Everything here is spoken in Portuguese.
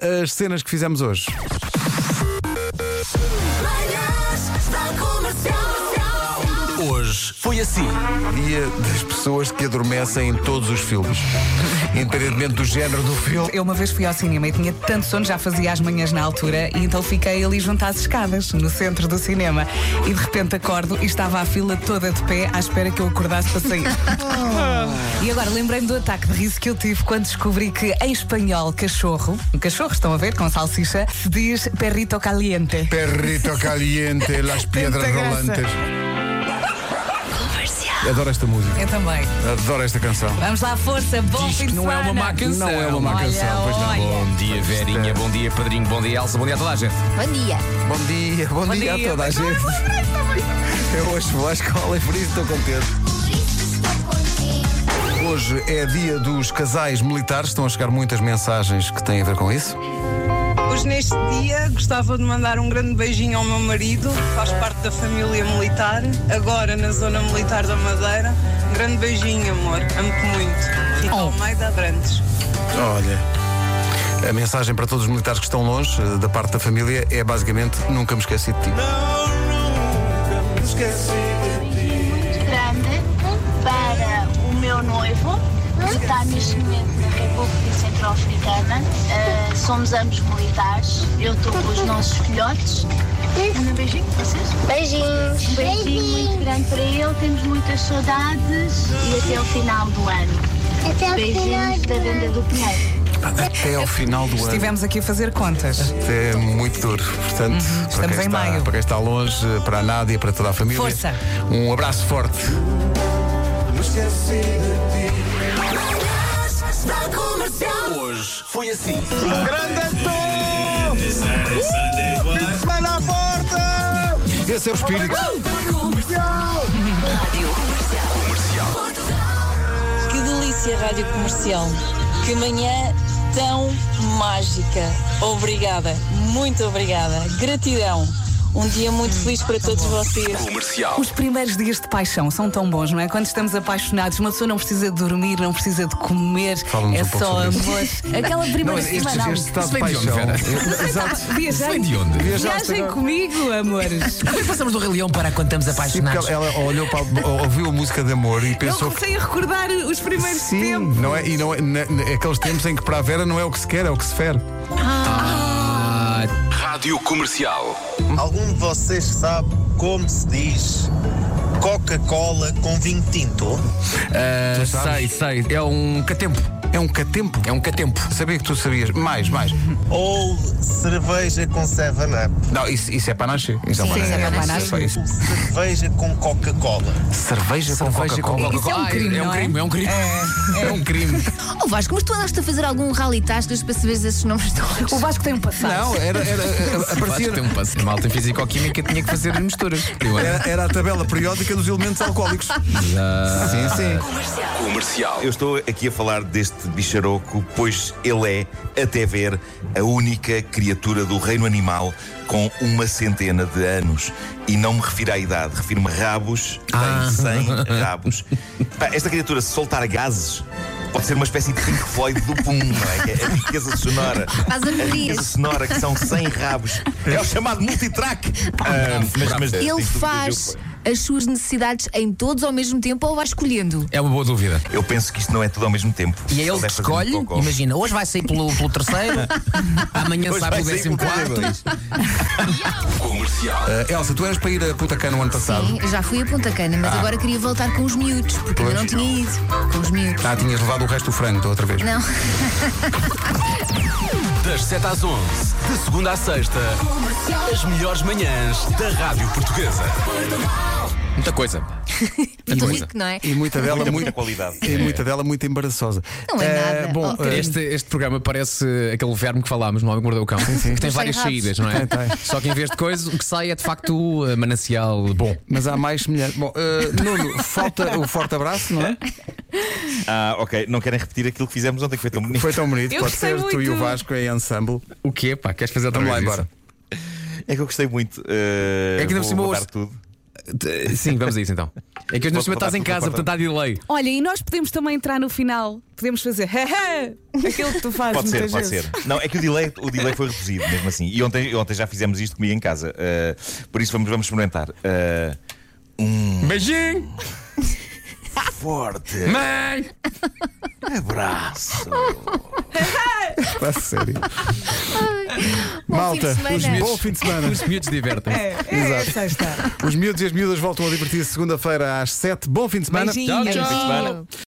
as cenas que fizemos hoje. Manhãs da Comercial. Hoje foi assim. Dia das pessoas que adormecem em todos os filmes, independentemente do género do filme. Eu uma vez fui ao cinema e tinha tanto sono, já fazia as manhãs na altura, e então fiquei ali junto às escadas, no centro do cinema. E de repente acordo e estava a fila toda de pé à espera que eu acordasse para sair. e agora lembrei-me do ataque de riso que eu tive quando descobri que em espanhol cachorro, cachorro estão a ver, com salsicha, se diz perrito caliente. Perrito caliente, las piedras Tanta graça. rolantes. Adoro esta música, Eu também. adoro esta canção. Vamos lá, força, bom Diz fim que de não é semana. uma má canção. Não é uma má Olha, canção, pois não. olha. Bom dia, Verinha. Bom dia, Padrinho. Bom dia, Elsa. Bom dia a toda a gente. Bom dia. Bom dia, bom, Bom dia, a dia. toda a gente. Eu hoje vou à escola e por isso estou contente. Hoje é dia dos casais militares, estão a chegar muitas mensagens que têm a ver com isso. Hoje, neste dia, gostava de mandar um grande beijinho ao meu marido, que faz parte da família militar, agora na Zona Militar da Madeira. Um grande beijinho, amor. Amo-te muito. Rita Almeida Abrantes. Olha. A mensagem para todos os militares que estão longe, eh, da parte da família, é basicamente nunca me esqueci de ti. muito grande para o meu noivo, que está neste momento na República Centro-Africana. Ah, somos ambos militares. Eu estou com os nossos filhotes. Um beijinho para vocês. Beijinhos. Um beijinho muito grande para ele. Temos muitas saudades e até o final do ano. Até o final Beijinhos do da venda do Pinheiro. Até ao final do ano. Estivemos aqui a fazer contas. Isto É muito duro. Portanto, para, quem estamos em está, maio. para quem está longe, eh, para a Nádia, para toda a família. Força. Um abraço forte. Manhãs da Comercial. Hoje foi assim. Esse é o espírito. Que delícia, Rádio Comercial. Que manhã tão mágica. Obrigada, muito obrigada. Gratidão. Um dia muito feliz para todos vocês. Comercial. Os primeiros dias de paixão são tão bons, não é? Quando estamos apaixonados, uma pessoa não precisa de dormir, não precisa de comer, Fala-nos é um pouco só sobre isso. amor. Aquela primeira este, semana. este estado de Isso vem de onde, paixão. Vera? Eh, Exato. Viajei. Vem de onde? Viajaste Viajem agora. comigo, amores. Depois passamos do Rei Leão para quando estamos Sim, porque apaixonados. ela, ela olhou para, ouviu a música de amor e Eu pensou que. comecei a recordar os primeiros Sim, tempos. não é, e não é, na- na- aqueles tempos em que para a Vera não é o que se quer, é o que se fere. Rádio Comercial. Algum de vocês sabe como se diz Coca-Cola com vinho tinto? sei, Ah, sei. É um catempo. É um catempo. É um catempo. Sabia que tu sabias. Mais, mais. Ou cerveja com 7-Up? Não, isso, isso é para nascer. Isso Sim, nascer. é para Isso nascer. isso. Cerveja com Coca-Cola. Cerveja, Cerveja com com Coca-Cola. Isso é um Ai, crime, é um não é? crime, é um crime. É um crime. Oh Vasco, mas tu andaste a fazer algum rally tascas para saberes esses nomes todos? O Vasco tem um passado. Não, era, era, era- Acho que aparecia, tem um passo. Malta em fisicoquímica tinha que fazer misturas. era, era a tabela periódica dos elementos alcoólicos. Sim, assim. sim. Comercial. Eu estou aqui a falar deste bicharoco, pois ele é, até ver, a única criatura do reino animal com uma centena de anos. E não me refiro à idade, refiro-me a rabos, Ah. tem 100 rabos. Pá, esta criatura, se soltar gases, pode ser uma espécie de Pink Floyd do pum, não é? A riqueza sonora. As A riqueza sonora, que são 100 rabos. É o chamado multitrack. Ah, mas- mas- Ele sem dúvida, faz as suas necessidades em todos ao mesmo tempo ou vai escolhendo? É uma boa dúvida. Eu eu penso que isto não é tudo ao mesmo tempo. E é Só ele que deve fazer um escolhe, pouco ao- imagina, hoje vai sair pelo, pelo terceiro, amanhã Hoje sai vai pelo sair décimo pelo quarto. É, Comercial. Ah, Elsa, tu eras para ir a Putacã no ano passado. Sim, já fui a Ponta Cana, mas agora queria voltar com os miúdos, porque ainda não tinha ido. Com os miúdos. Ah, tinhas levado o resto do frango da outra vez. Não. Das 7 às 11, de segunda à sexta, as melhores manhãs da Rádio Portuguesa. Muita coisa. Estou coisa. rico, não é? E muita dela Muita, muito. muita qualidade. E muita dela muito embaraçosa. Não é Eh, nada. bom, Oh, eh, Este, este programa parece aquele verme que falámos no Homem que Mordeu o Cão, que tem Mas várias sem rabos. saídas, não é? Tem, tem. Só que em vez de coisa, o que sai é de facto eh, manancial bom. mas há mais semelhante. Bom, eh, Nuno, falta o forte abraço, não é? Ah, ok. Não querem repetir aquilo que fizemos ontem, que foi tão bonito. Foi tão bonito. Eu Pode gostei ser tu e o muito. Vasco em ensemble. O quê, pá? Queres fazer outra Vamos lá vez embora. É que eu gostei muito. eh, É que ainda por vou cima vou dar hoje- tudo. isso? Sim, vamos a isso então. É que hoje na Posso cima estás mandar em tudo casa, para portanto há delay. Olha, e nós podemos também entrar no final. Podemos fazer "Haha", aquilo que tu Ah, fazes Pode ser, muitas pode vezes. ser. Não, é que o delay, o delay foi reduzido mesmo assim. E ontem, ontem já fizemos isto comigo em casa. Uh, por isso vamos, vamos experimentar. Uh, um. Beijinho! É. Forte! Mãe! Abraço! Está sério. Bom Malta, fim de semana. bom fim de semana. Os miúdos divertem. É, é essa está. Os miúdos e as miúdas voltam a divertir-se segunda-feira às 7. Bom fim de semana. Beijinhos. Tchau, tchau. Bom fim de semana.